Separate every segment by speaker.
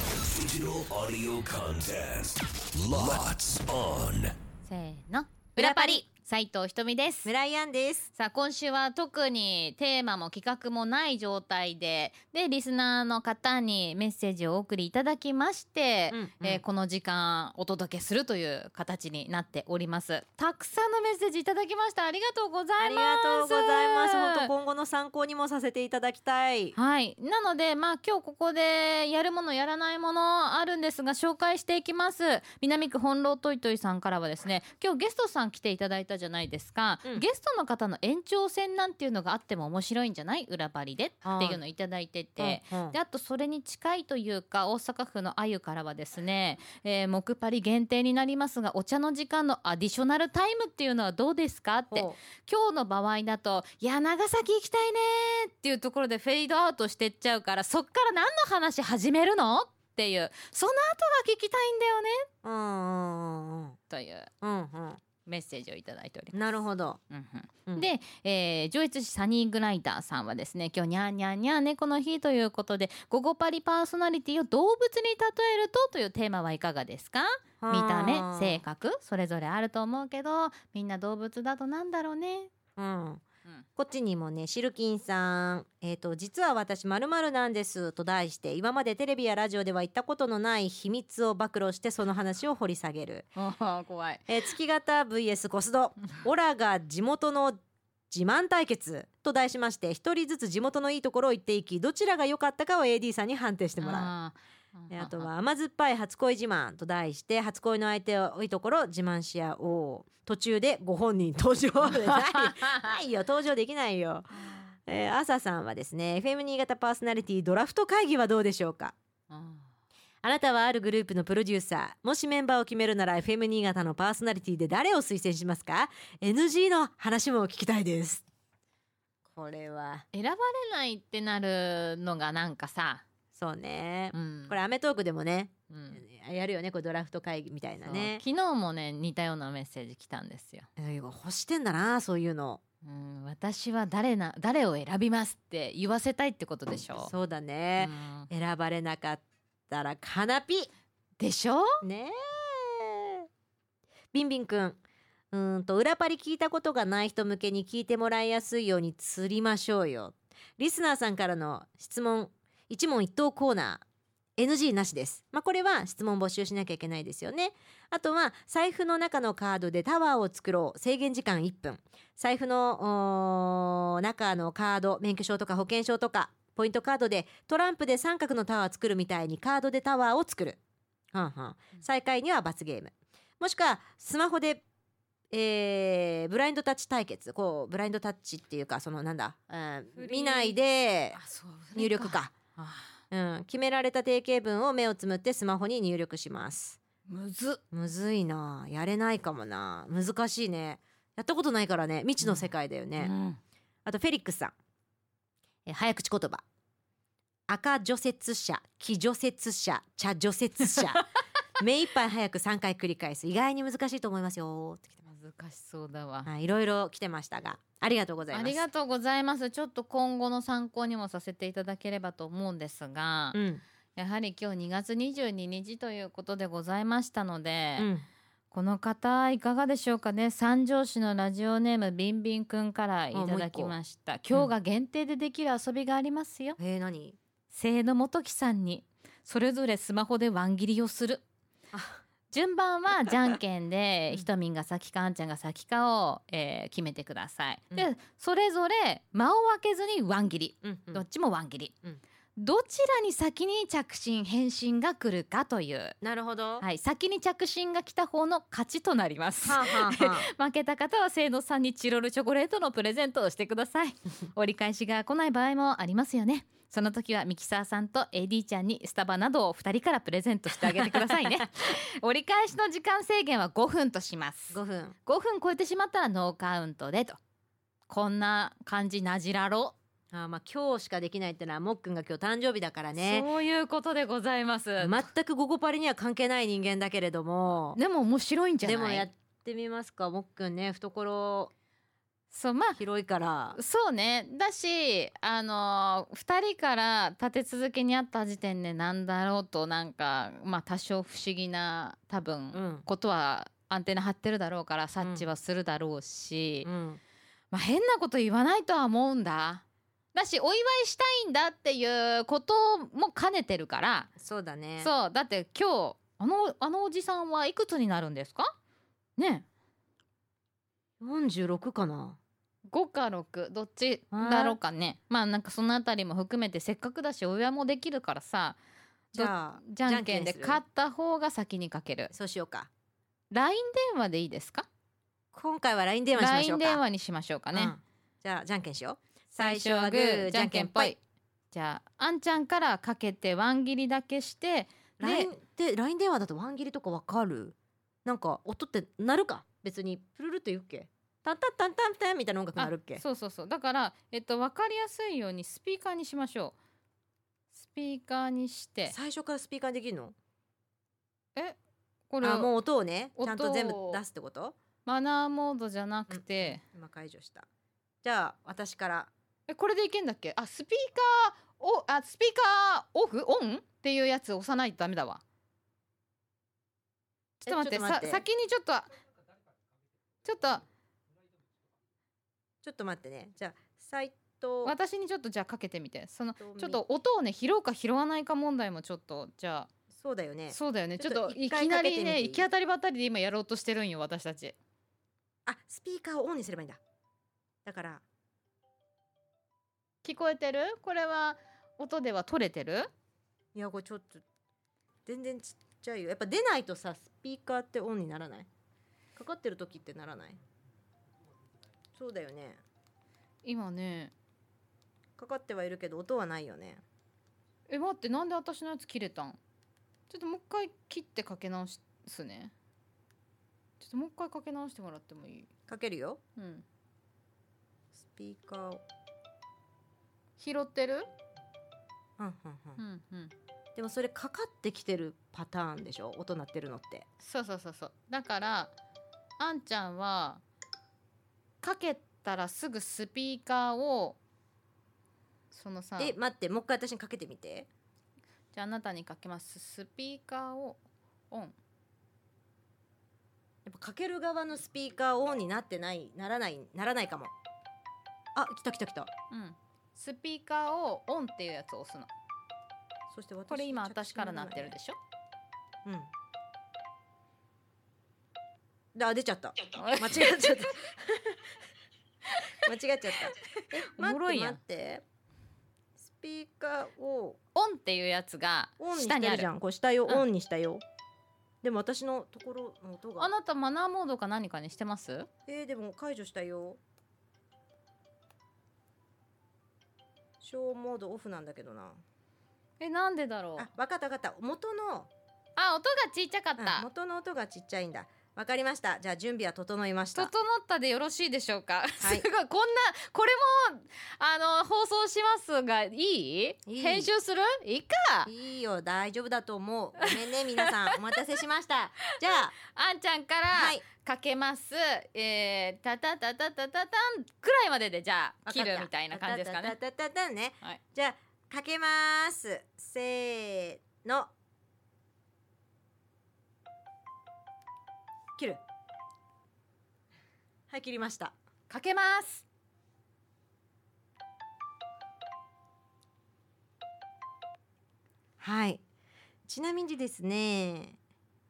Speaker 1: Digital audio contest. Lots on.
Speaker 2: せーの裏パリ斉藤ひとみです
Speaker 3: 村井アンです。
Speaker 2: さあ今週は特にテーマも企画もない状態ででリスナーの方にメッセージをお送りいただきまして、えーこの時間お届けするという形になっておりますたくさんのメッセージいただきましたありがとうござ
Speaker 3: あ
Speaker 2: い
Speaker 3: り
Speaker 2: ます
Speaker 3: がとうございます。本当
Speaker 2: 当
Speaker 3: 今後の参考にもさせていただきたい。
Speaker 2: はいなのでまあ今日ここでやるものやらないものあるんですが紹介していきます南区本楼トイトイさんからはですね今日ゲストさん来ていただいたじゃないですか、
Speaker 3: うん
Speaker 2: ゲストの方の延長戦なんていうのがあっても面白いんじゃない裏張りでっていうのをいただいてて、
Speaker 3: うんうん
Speaker 2: であとそれに近いというか大阪府のあゆからはですね、えー、木パリ限定になりますがお茶の時間のアディショナルタイムっていうのはどうですかって
Speaker 3: ほ
Speaker 2: 今日の場合だと「いや長崎行きたいね」っていうところでフェードアウトしてっちゃうからそっから何の話始めるのっていうその後が聞きたいんだよね
Speaker 3: ううんうん
Speaker 2: という
Speaker 3: うんうん
Speaker 2: メッセージをいただいており
Speaker 3: うん。
Speaker 2: ます。
Speaker 3: なるほ ど。
Speaker 2: うんうん
Speaker 3: うん
Speaker 2: で、えー上越市サニーグライダーさんはですね今日にゃんにゃんにゃん猫の日ということで「午後パリパーソナリティを動物に例えると」というテーマはいかがですか見た目
Speaker 3: はあ
Speaker 2: 性格それぞれあると思うけどみんな動物だとなんだろうね。
Speaker 3: うん
Speaker 2: うん。
Speaker 3: こっちにもねシルキンさん「えー、と実は私まるなんです」と題して今までテレビやラジオでは言ったことのない秘密を暴露してその話を掘り下げる、
Speaker 2: 怖い
Speaker 3: えー月型 VS コスドオラが地元の自慢対決と題しまして一人ずつ地元のいいところを言っていきどちらが良かったかを AD さんに判定してもらう。
Speaker 2: あ
Speaker 3: であ とは甘酸っぱい初恋自慢と題して初恋の相手をいいところ自慢し合おう途中でご本人登場な いないよ登場できないよ、えー、朝さんはですね FM 新潟パーソナリティドラフト会議はどうでしょうかあなたはあるグループのプロデューサーもしメンバーを決めるなら FM 新潟のパーソナリティで誰を推薦しますか NG の話も聞きたいですこれは
Speaker 2: 選ばれないってなるのがなんかさ、
Speaker 3: そうね、
Speaker 2: うん
Speaker 3: これアメトークでもね、
Speaker 2: うん
Speaker 3: やるよねこうドラフト会議みたいなね
Speaker 2: そう昨日もね似たようなメッセージ来たんですよ。
Speaker 3: えー欲してんだなそういうの
Speaker 2: うん、私は誰な誰を選びますって言わせたいってことでしょ。
Speaker 3: そうだ
Speaker 2: う
Speaker 3: ね、
Speaker 2: ん
Speaker 3: 選ばれなかったらカナピ
Speaker 2: でしょ？
Speaker 3: ねえビンビンくんうーんと裏パリ聞いたことがない人向けに聞いてもらいやすいように釣りましょうよリスナーさんからの質問一問一答コーナー NG なしです。まあ、これは質問募集しなきゃいけないですよね。あとは財布の中のカードでタワーを作ろう。制限時間1分。財布のおー中のカード、免許証とか保険証とか、ポイントカードでトランプで三角のタワー作るみたいにカードでタワーを作る。はんはん。最下位には罰ゲーム。もしくはスマホで、えーブラインドタッチ対決。こう、ブラインドタッチっていうか、そのなんだ、うん
Speaker 2: フリー
Speaker 3: 見ないで
Speaker 2: そう
Speaker 3: 入力か。
Speaker 2: あ
Speaker 3: うん、決められた定型文を目をつむってスマホに入力します
Speaker 2: むずっ。
Speaker 3: むずいなやれないかもな難しいねやったことないからね未知の世界だよね、
Speaker 2: うん
Speaker 3: あとフェリックスさんえ早口言葉赤除雪車木除雪車茶除雪車 目いっぱい早く3回繰り返す意外に難しいと思いますよって来てま
Speaker 2: 難しそうだわ
Speaker 3: す。はいいろいろ来てましたがありがとうございま
Speaker 2: あ
Speaker 3: す
Speaker 2: りがとうございます。ちょっと今後の参考にもさせていただければと思うんですが、
Speaker 3: うん、
Speaker 2: やはり今日2月22日ということでございましたので、
Speaker 3: うん、
Speaker 2: この方いかがでしょうかね三条市のラジオネームビンビンくんからいただきました今日が限定でできる遊びがありますよ、
Speaker 3: えー、何
Speaker 2: 清野元樹さんにそれぞれスマホでワン切りをする
Speaker 3: あ
Speaker 2: 順番はじゃんけんでひとみんが先かあんちゃんが先かを、えー決めてください、
Speaker 3: う
Speaker 2: でそれぞれ間を分けずにワン切り
Speaker 3: うんうん
Speaker 2: どっちもワン切り、
Speaker 3: うん
Speaker 2: どちらに先に着信返信が来るかという
Speaker 3: なるほど、
Speaker 2: はい、先に着信が来た方の勝ちとなります。
Speaker 3: はあはあはあ
Speaker 2: 負けた方は清野さんにチロルチョコレートのプレゼントをしてくだ さい折り返しが来ない場合もありますよねその時はミキサーさんと AD ちゃんにスタバなどを2人からプレゼントしてあげてくださいね 折り返しの時間制限は5分とします
Speaker 3: 5分
Speaker 2: 5分超えてしまったらノーカウントでとこんな感じなじらろ、
Speaker 3: あーまあ今日しかできないってのはもっくんが今日誕生日だからね
Speaker 2: そういうことでございます、
Speaker 3: 全く「ゴゴパリ」には関係ない人間だけれども
Speaker 2: でも面白いんじゃな
Speaker 3: で
Speaker 2: い
Speaker 3: もやってみますかもっくんね懐
Speaker 2: そうまあ
Speaker 3: 広いから
Speaker 2: そうねだしあの2人から立て続けにあった時点でなんだろうとなんかまあ多少不思議な多分、
Speaker 3: うん
Speaker 2: ことはアンテナ張ってるだろうから察知はするだろうし、まあ、変なこと言わないとは思うんだだしお祝いしたいんだっていうことも兼ねてるから、
Speaker 3: そうだね
Speaker 2: そうだって今日あのあのおじさんはいくつになるんですかね
Speaker 3: 46かな
Speaker 2: 5か6どっちだろうかねまあなんかそのあたりも含めてせっかくだしお祝いもできるからさ
Speaker 3: じゃあ
Speaker 2: じゃんけんで
Speaker 3: じゃんけんする
Speaker 2: 勝った方が先にかける
Speaker 3: そうしようか
Speaker 2: LINE 電話でいいですか
Speaker 3: 今回は LINE 電話しましょ
Speaker 2: LINE
Speaker 3: うか
Speaker 2: 電話にしましょうかね、
Speaker 3: うんじゃあじゃんけんしよう
Speaker 2: 最初はグーじゃんけんぽいじゃああんちゃんからかけてワン切りだけしてで
Speaker 3: LINE で LINE 電話だとワン切りとかわかるなんか音って鳴るか別にプルルって言うっけタンタンタンタンタンみたいな音楽
Speaker 2: あ
Speaker 3: 鳴るっけ
Speaker 2: そうそうそうだから、えっと、分かりやすいようにスピーカーにしましょうスピーカーにして
Speaker 3: 最初からスピーカーにできるの
Speaker 2: これ
Speaker 3: あ
Speaker 2: を
Speaker 3: もう音をねちゃんと
Speaker 2: 音を
Speaker 3: 全部出すってこと
Speaker 2: マナーモードじゃなくて、
Speaker 3: うん今解除したじゃあ私から
Speaker 2: えこれでいけんだっけあスピーカーをあスピーカーオフオンっていうやつ押さないとダメだわちょっと待って
Speaker 3: えちょっと待って
Speaker 2: さ先にちょっとちょっと
Speaker 3: ちょっと待ってねじゃあ斎藤
Speaker 2: 私にちょっとじゃあかけてみてその
Speaker 3: とみ
Speaker 2: ちょっと音をね拾うか拾わないか問題もちょっとじゃあ
Speaker 3: そうだよね
Speaker 2: そうだよねち
Speaker 3: ち
Speaker 2: ょ
Speaker 3: ょ
Speaker 2: っ
Speaker 3: っ
Speaker 2: と
Speaker 3: と
Speaker 2: い
Speaker 3: 一
Speaker 2: き
Speaker 3: 回
Speaker 2: な
Speaker 3: かけてみ
Speaker 2: り
Speaker 3: て
Speaker 2: ね
Speaker 3: いい
Speaker 2: 行き当たりばったりで今やろうとしてるんよ私たち
Speaker 3: あスピーカーをオンにすればいいんだだから
Speaker 2: 聞こえてるこれは音では取れてる
Speaker 3: いやこれちょっと全然ちっちゃいよやっぱ出ないとさスピーカーってオンにならないかかってる時ってならないそうだよね
Speaker 2: 今ね
Speaker 3: かかってはいるけど音はないよね
Speaker 2: え待ってなんで私のやつ切れたんちょっともう一回切ってかけ直しすねちょっともう一回かけ直してもらってもいい
Speaker 3: かけるよ
Speaker 2: うん
Speaker 3: スピーカーを
Speaker 2: 拾ってる
Speaker 3: うんうんうん
Speaker 2: んうん
Speaker 3: でもそれかかってきてるパターンでしょ音鳴ってるのって
Speaker 2: そうそうそうそうだからあんちゃんはかけたらすぐスピーカーをそのさ
Speaker 3: で待ってもう一回私にかけてみて
Speaker 2: じゃああなたにかけますスピーカーをオン
Speaker 3: やっぱかける側のスピーカーをオンになってないならないならないかもあ来た来た来た
Speaker 2: うんスピーカーをオンっていうやつを押すの
Speaker 3: そして私
Speaker 2: これ今私からなってるでしょ
Speaker 3: うん。あ出ちゃった。間違っ ちゃった。間違っちゃった。え
Speaker 2: おもろ
Speaker 3: 待っ
Speaker 2: い
Speaker 3: て
Speaker 2: やん
Speaker 3: 待って。スピーカーを
Speaker 2: オンっていうやつが
Speaker 3: オンにし
Speaker 2: 下に
Speaker 3: て
Speaker 2: あ
Speaker 3: るじ
Speaker 2: る
Speaker 3: ゃん。こう下よ、
Speaker 2: うん
Speaker 3: オンにしたよ。でも私のところの音
Speaker 2: あ
Speaker 3: が。
Speaker 2: なたマナーモードか何かにしてます
Speaker 3: えー、でも解除したよ。小モードオフなんだけどな。
Speaker 2: えなんでだろう
Speaker 3: あ、わかったわかった。元の、
Speaker 2: あ音がちっちゃかっ
Speaker 3: うん
Speaker 2: た
Speaker 3: 元の音がちっちゃいんだ。わかりました。じゃあ準備は整いました
Speaker 2: 整っ。たでよろしいでしょうか、
Speaker 3: はい
Speaker 2: すごいこんなこれもあの放送しますがいい
Speaker 3: いい
Speaker 2: 編集するいいか
Speaker 3: いいよ大丈夫だと思うごめんね皆さんお待たせしましたじゃあ
Speaker 2: あんちゃんから
Speaker 3: はい
Speaker 2: かけます、えー、たたたたたたたんくらいまででじゃあ
Speaker 3: わかった
Speaker 2: 切るみたいな感じですか
Speaker 3: た
Speaker 2: ね
Speaker 3: たたたたね
Speaker 2: はい
Speaker 3: じゃあかけますせーの切るはい切りました
Speaker 2: かけます
Speaker 3: はいちなみにですね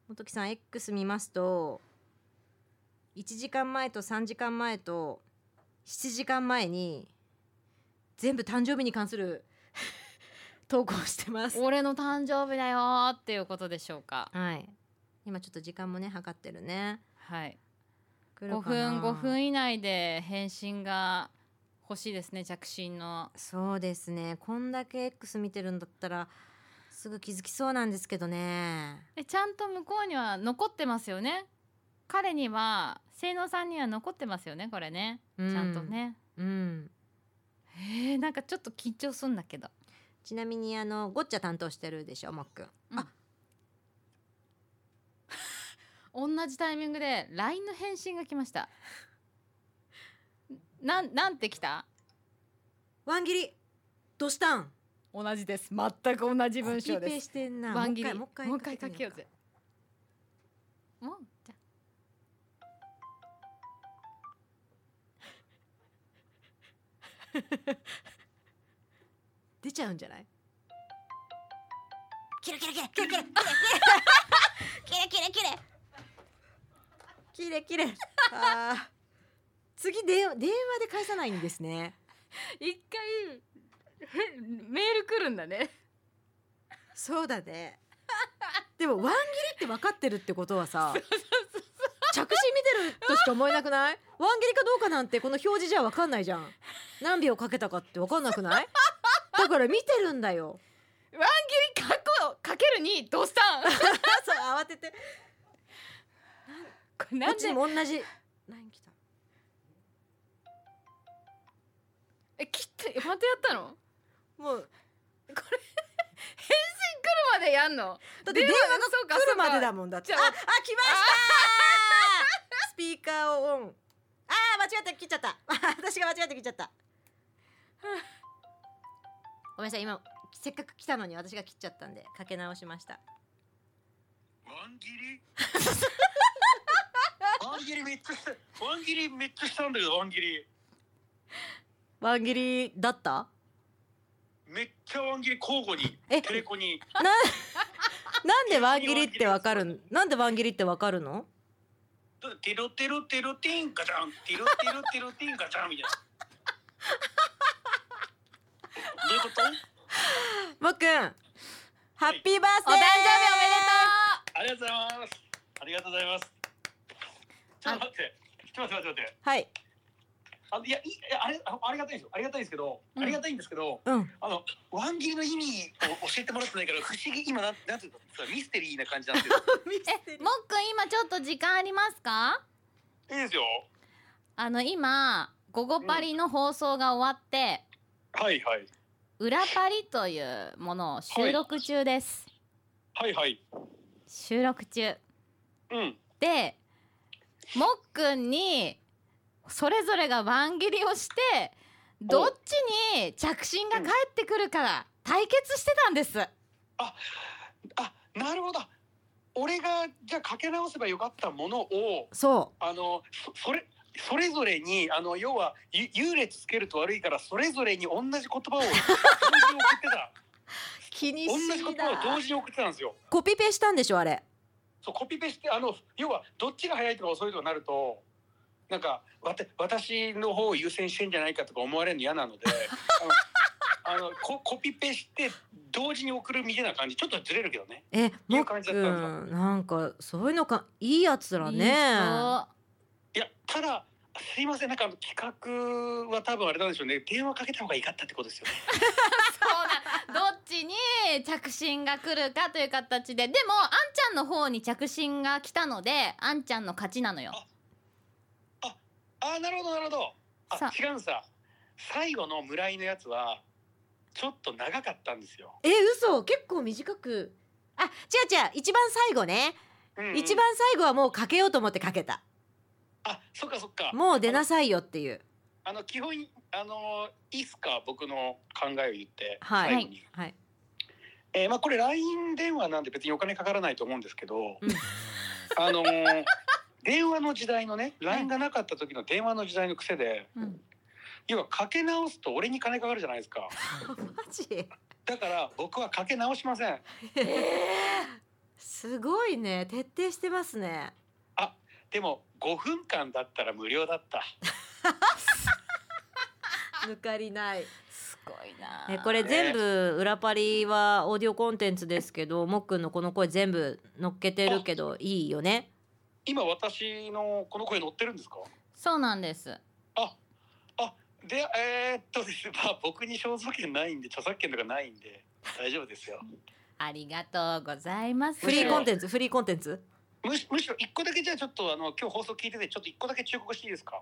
Speaker 3: 本木さん X 見ますと1時間前と3時間前と7時間前に全部誕生日に関する 投稿してます。
Speaker 2: 俺の誕生日だよーっていうことでしょうか
Speaker 3: はい。今ちょっと時間もね測ってるね。
Speaker 2: はい
Speaker 3: 来
Speaker 2: 5
Speaker 3: るかな
Speaker 2: 分5。分以内で返信が欲しいですね着信の
Speaker 3: そうですね。こんだけ X 見てるんだったらすぐ気づきそうなんですけどね。
Speaker 2: えちゃんと向こうには残ってますよね彼には性能さんには残ってますよねこれね
Speaker 3: ち
Speaker 2: ちゃんと。ね、
Speaker 3: うん。
Speaker 2: えー、なんかちょっと緊張すんだけど
Speaker 3: ちなみにあのゴッチャ担当してるでしょもっくん。
Speaker 2: 同じタイミングで LINE の返信が来ました なんなんてきた
Speaker 3: ワン切りどうしたん
Speaker 2: 同じです全く同じ文章
Speaker 3: コピペ
Speaker 2: です
Speaker 3: してんな
Speaker 2: ワン切り
Speaker 3: もう一回
Speaker 2: も
Speaker 3: も
Speaker 2: う一
Speaker 3: う一
Speaker 2: 回
Speaker 3: 回
Speaker 2: かけようぜもうじゃ
Speaker 3: 出ちゃうんじゃないキラキラキラキラキラ
Speaker 2: キレキレキレ
Speaker 3: キレキレあー次電話電話で返さないんですね
Speaker 2: 一回ふメール来るんだ ね
Speaker 3: そうだねでもワン切りって分かってるってことはさ着信見てるとしか思えなくないワン切りかどうかなんてこの表示じゃ分かんないじゃん何秒かけたかって分かんなくないだから見てるんだよ
Speaker 2: ワン切りかっこかけるにどうしたんこ
Speaker 3: そう慌てて
Speaker 2: れ
Speaker 3: こ
Speaker 2: な
Speaker 3: っ
Speaker 2: ん
Speaker 3: ちに
Speaker 2: で
Speaker 3: も同じ LINE 来た
Speaker 2: え切ってまたやったのこ
Speaker 3: もう
Speaker 2: れ返信来るまでやんの
Speaker 3: だって電話が
Speaker 2: そうか
Speaker 3: 来るまで
Speaker 2: そう
Speaker 3: だ
Speaker 2: か
Speaker 3: もんだって
Speaker 2: じ
Speaker 3: あ
Speaker 2: ゃ
Speaker 3: あ
Speaker 2: あ
Speaker 3: 来ましたースピーカーをオンああ間違って切っちゃった 私が間違って切っちゃったごめんなさい今せっかく来たのに私が切っちゃったんでかけ直しました
Speaker 4: ワン切りワン切りめっちゃしたワン切りめっちゃしたんだけどワン切り
Speaker 3: ワン切りだ った
Speaker 4: めっちゃワン切り交互に
Speaker 3: え
Speaker 4: テレコに
Speaker 3: なんでワン切りってわか るんなんでワン切りってわかるの
Speaker 4: だテロテロテロティンガチャンテロテロテロティンガチャンみたいなどういうこと
Speaker 3: もっくんハッピーバース
Speaker 2: お誕生日
Speaker 3: デー
Speaker 2: おめでと
Speaker 4: ありがとうございますありがとうございますちょっと待ってちょっと待って待って待って
Speaker 3: うはい
Speaker 4: あいやいいやあれあありがたいですよありがたいですけど、
Speaker 2: うん
Speaker 4: ありがたいんですけど
Speaker 3: うん
Speaker 4: あのワン切りの意味を教えてもらってないから不思議今なんなんていうのミステリーな感じになってる
Speaker 2: うえもっくん今ちょっと時間ありますか
Speaker 4: いいですよ
Speaker 2: あの今「午後パリ」の放送が終わって
Speaker 4: はいはい
Speaker 2: 「裏パリ」というものを収録中です、
Speaker 4: はいはい
Speaker 2: 収録中
Speaker 4: うん
Speaker 2: でもっくんにそれぞれが番切りをしてどっちに着信が返ってくるか対決してたんです
Speaker 4: あなるほど俺がじゃあかけ直せばよかったものを
Speaker 3: そ
Speaker 4: あのそそれそれぞれにあの要はゆ優劣つけると悪いからそれぞれに同じ言葉を同時に送ってた
Speaker 3: う気に
Speaker 4: 同じ言葉を同時に送ってたんですよ
Speaker 3: コピペしたんでしょあれ
Speaker 4: そうコピペしてあの要はどっちが早いとか遅いとかなるとなんかわた私の方を優先してんじゃないかとか思われるの嫌なのであのあのココピペして同時に送るみたいな感じちょっとずれるけどね
Speaker 3: え、
Speaker 4: い
Speaker 3: もっ
Speaker 4: う
Speaker 3: く
Speaker 4: 感じだったん
Speaker 3: ん、なんかそういうのかいいやつだね。
Speaker 4: いやただすいませんなんかあの企画は多分あれなんでしょうね電話かけた方がいいかったってことですよね
Speaker 2: そうだどっちに着信が来るかという形ででもあんちゃんの方に着信が来たのであんちゃんの勝ちなのよ
Speaker 4: ああなるほどなるほど
Speaker 2: そ
Speaker 4: あ
Speaker 2: う
Speaker 4: 違うんさ最後の村井のやつはちょっと長かったんですよ、
Speaker 3: え、嘘、結構短く。あ、違う違う、一番最後ね、
Speaker 4: うんうん
Speaker 3: 一番最後はもうかけようと思ってかけた。
Speaker 4: あそっかそっか
Speaker 3: もう出なさいよっていう。
Speaker 4: あの基本あのいいっすか僕の考えを言って、
Speaker 3: はい
Speaker 4: 最後に
Speaker 3: はい。
Speaker 4: えーまあこれ LINE 電話なんで別にお金かからないと思うんですけど、
Speaker 3: うん
Speaker 4: あの ー電話の時代のね LINE がなかった時の電話の時代の癖で
Speaker 2: うん
Speaker 4: 要はかけ直すと俺に金かかるじゃないですか
Speaker 3: マジ。
Speaker 4: だから僕はかけ直しません
Speaker 3: すごいね、徹底してますね。
Speaker 4: でも5分間だったら無料だった
Speaker 3: 抜かりない。
Speaker 2: すごいな
Speaker 3: え、これ全部裏パリはオーディオコンテンツですけど、もっくんのこの声全部乗っけてるけど、いいよね。
Speaker 4: 今私のこの声乗ってるんですか
Speaker 2: そうなんです
Speaker 4: ああでえーっとですねまあ僕に肖像権ないんで著作権とかないんで大丈夫ですよ
Speaker 2: ありがとうございます
Speaker 3: フリーコンテンツ、フリーコンテン ツ。
Speaker 4: むしむしろ一個だけじゃあちょっとあの今日放送聞いててちょっと一個だけ忠告していいですか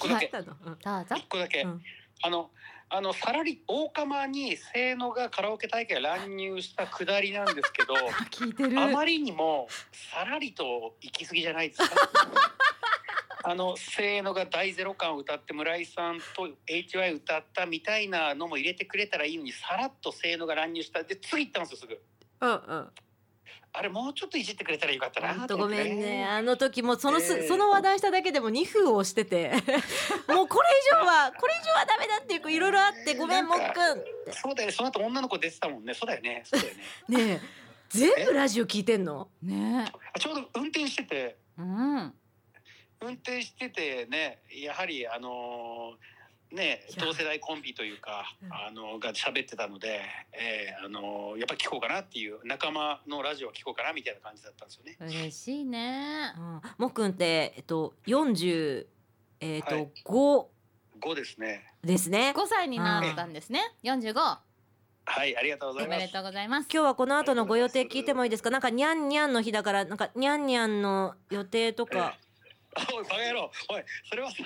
Speaker 4: 個だけ
Speaker 3: たの。うん
Speaker 2: どうぞ
Speaker 4: 一個だけ、
Speaker 3: うん
Speaker 4: あのあのさらり大釜に清野がカラオケ大会乱入したくだりなんですけ ど
Speaker 2: 聞いて
Speaker 4: あまりにもさらりと行き過ぎじゃないですかあのせーのが大ゼロ感を歌って村井さんと HY 歌ったみたいなのも入れてくれたらいいのにさらっとせーのが乱入したで次行ったんですよすぐ
Speaker 3: うんうん。
Speaker 4: あれもうちょっといじってくれたらよかったな
Speaker 3: 本
Speaker 4: と
Speaker 3: 当
Speaker 4: 思
Speaker 3: ご
Speaker 4: って
Speaker 3: めんね。あの時もうそのす、
Speaker 4: えー
Speaker 3: その話題しただけでも2分をして て、もうこれ以上はこれ以上はダメだっていういろいろあってごめんもっくんって。
Speaker 4: そうだよねその後女の子出てたもんねそうだよねそうだよね
Speaker 3: ねえ全部ラジオ聞いてんの？
Speaker 2: ね
Speaker 4: あちょうど運転してて
Speaker 2: うん
Speaker 4: 運転しててねやはりあのーね
Speaker 3: いや
Speaker 4: 同世代コンビというか、
Speaker 3: うん
Speaker 4: あのが喋ってたので、えーあのーやっぱ聞こうかなっていう仲間のラジオは聞こうかなみたいな感じだったんですよね。
Speaker 2: 嬉しいね
Speaker 3: うんもっくんってえっと40えっ
Speaker 4: は
Speaker 3: と
Speaker 4: い
Speaker 3: 5
Speaker 4: 5ですね。
Speaker 3: ですね。
Speaker 2: 5歳になったんですね45
Speaker 4: はい、ありがとうござ
Speaker 2: お
Speaker 4: いま
Speaker 2: め
Speaker 4: す。
Speaker 2: でとうございます
Speaker 3: 今日はこの後のご予定聞いてもいいですか？なんかにゃんにゃんの日だからなんかにゃんにゃんの予定とか。
Speaker 4: おいバカ野郎おいそれはさ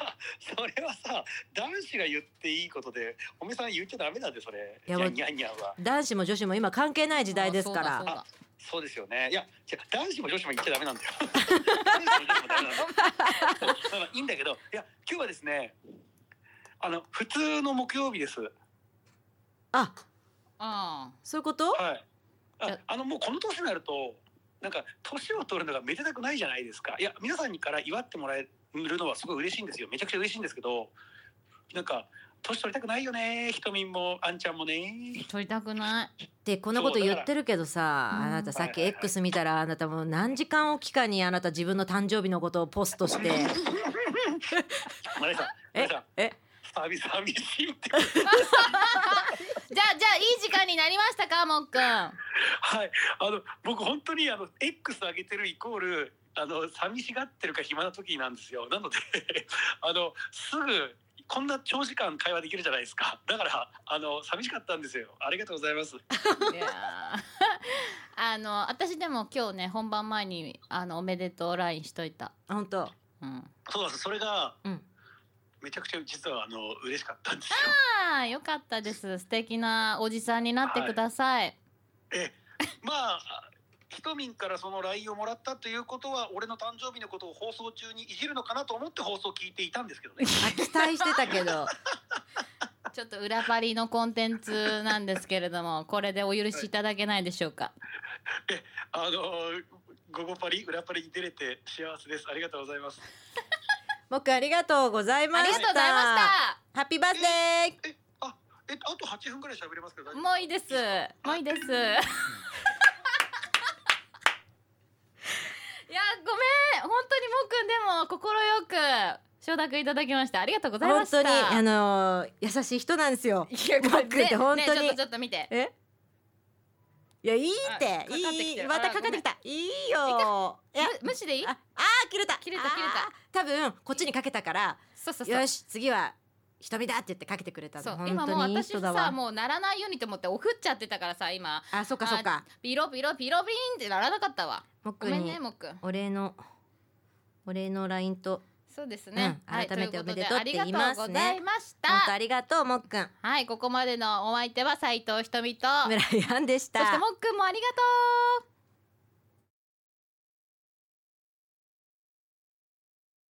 Speaker 4: それはさ男子が言っていいことでおみさん言っちゃダメだでそれ
Speaker 3: い
Speaker 4: いや
Speaker 3: やまあ
Speaker 4: にゃんにゃんは
Speaker 3: 男子も女子も今関係ない時代ですか
Speaker 2: あそうだ
Speaker 3: ら。
Speaker 4: そうですよねいやじゃ男子も女子も言っちゃダメなんだよ男子も女子もダメなんだよまあまあいいんだけどいや今日はですねあの普通の木曜日ですは
Speaker 3: あ、
Speaker 2: あ
Speaker 3: そういうこと？
Speaker 4: いあ
Speaker 2: じゃ
Speaker 4: あのもうこの年になるとなんか年を取るのがめでたくないじゃないですかいや皆さんにから祝ってもらえるのはすごい嬉しいんですよめちゃくちゃ嬉しいんですけどなんか年取りたくないよねひとみんもあんちゃんもね
Speaker 2: あ取りたくない
Speaker 3: でこんなこと言ってるけどさ
Speaker 2: そうだか
Speaker 3: あ
Speaker 2: ら
Speaker 3: なたさっき
Speaker 4: はいはいはい
Speaker 3: X 見たらあなたもう何時間おきかにあなた自分の誕生日のことをポス トして
Speaker 4: マレさんマレさん
Speaker 3: え
Speaker 4: 寂寂しいって
Speaker 2: じゃあじゃあいい時間になりましたかも っくん
Speaker 4: はい、あの僕本当にあの X 上げてるイコールあの寂しがってるか暇な時なんですよなので あのすぐこんな長時間会話できるじゃないですかだからあの寂しかったんですよありがとうございます
Speaker 2: いやー あの私でも今日ね本番前にあのおめでとうラインしといた、
Speaker 3: 本当
Speaker 2: うん、
Speaker 4: そうなんですそれが、
Speaker 3: うん
Speaker 4: めちゃくちゃ実はあの嬉しかったんですよ
Speaker 2: ああよかった です素敵なおじさんになってください、
Speaker 4: えまあひとみんからその LINE をもらったということは俺の誕生日のことを放送中にいじるのかなと思って放送を聞いていたんですけどね
Speaker 3: あ期待してたけ ど
Speaker 2: ちょっと裏パリのコンテンツなんですけれどもこれでお許しいただけないでしょう か
Speaker 4: あの午後パリ裏パリに出れて幸せですありがとうございます
Speaker 3: 僕ありがとうござい
Speaker 2: あ
Speaker 3: ま
Speaker 2: り
Speaker 3: し
Speaker 2: がと
Speaker 3: た
Speaker 2: うございまし
Speaker 3: ハッピーバースデー
Speaker 4: え、あ、え、あと8分ぐらい喋れますけど、大
Speaker 2: た
Speaker 4: 丈
Speaker 2: もういいですも ういいですいやごめん本当にもっくんでも心よく承諾いただきましたありがとうございま
Speaker 3: 本
Speaker 2: した
Speaker 3: 当にあのー優しい人なんですよ
Speaker 2: いやこ
Speaker 3: マ
Speaker 2: れ
Speaker 3: ックって
Speaker 2: ね
Speaker 3: 本当に
Speaker 2: ねちょっとちょっと見て
Speaker 3: えいやいいって
Speaker 2: あかかってきてる
Speaker 3: いい
Speaker 2: あ
Speaker 3: またかかってきたいいよいや
Speaker 2: む無視でいい
Speaker 3: ああー切れた
Speaker 2: 切れた切れた
Speaker 3: あー多分こっちにかけたから
Speaker 2: そうそうそう
Speaker 3: よし次は瞳だって言ってかけてくれた
Speaker 2: そ
Speaker 3: の
Speaker 2: う
Speaker 3: 本
Speaker 2: 今もう
Speaker 3: 当にいい
Speaker 2: 私
Speaker 3: 人だ
Speaker 2: さ
Speaker 3: わ
Speaker 2: もうならないようにと思っておふっちゃってたからさ今
Speaker 3: あそうかそうか
Speaker 2: ピロピロピロピンってならなかったわ
Speaker 3: もっ
Speaker 2: ご
Speaker 3: く
Speaker 2: め
Speaker 3: ん
Speaker 2: ん
Speaker 3: に
Speaker 2: ねもっくん
Speaker 3: お礼のお礼の LINE と
Speaker 2: そうですね、
Speaker 3: うん
Speaker 2: はい
Speaker 3: 改めて
Speaker 2: いこと
Speaker 3: おめでとうって言いま
Speaker 2: ありがとう
Speaker 3: すね
Speaker 2: ございまし
Speaker 3: 本当あ
Speaker 2: た
Speaker 3: りがとうもっくん
Speaker 2: はいここまでのお相手は斉藤ひとみとそ
Speaker 3: 村井んでした
Speaker 2: してもっくんもありがとう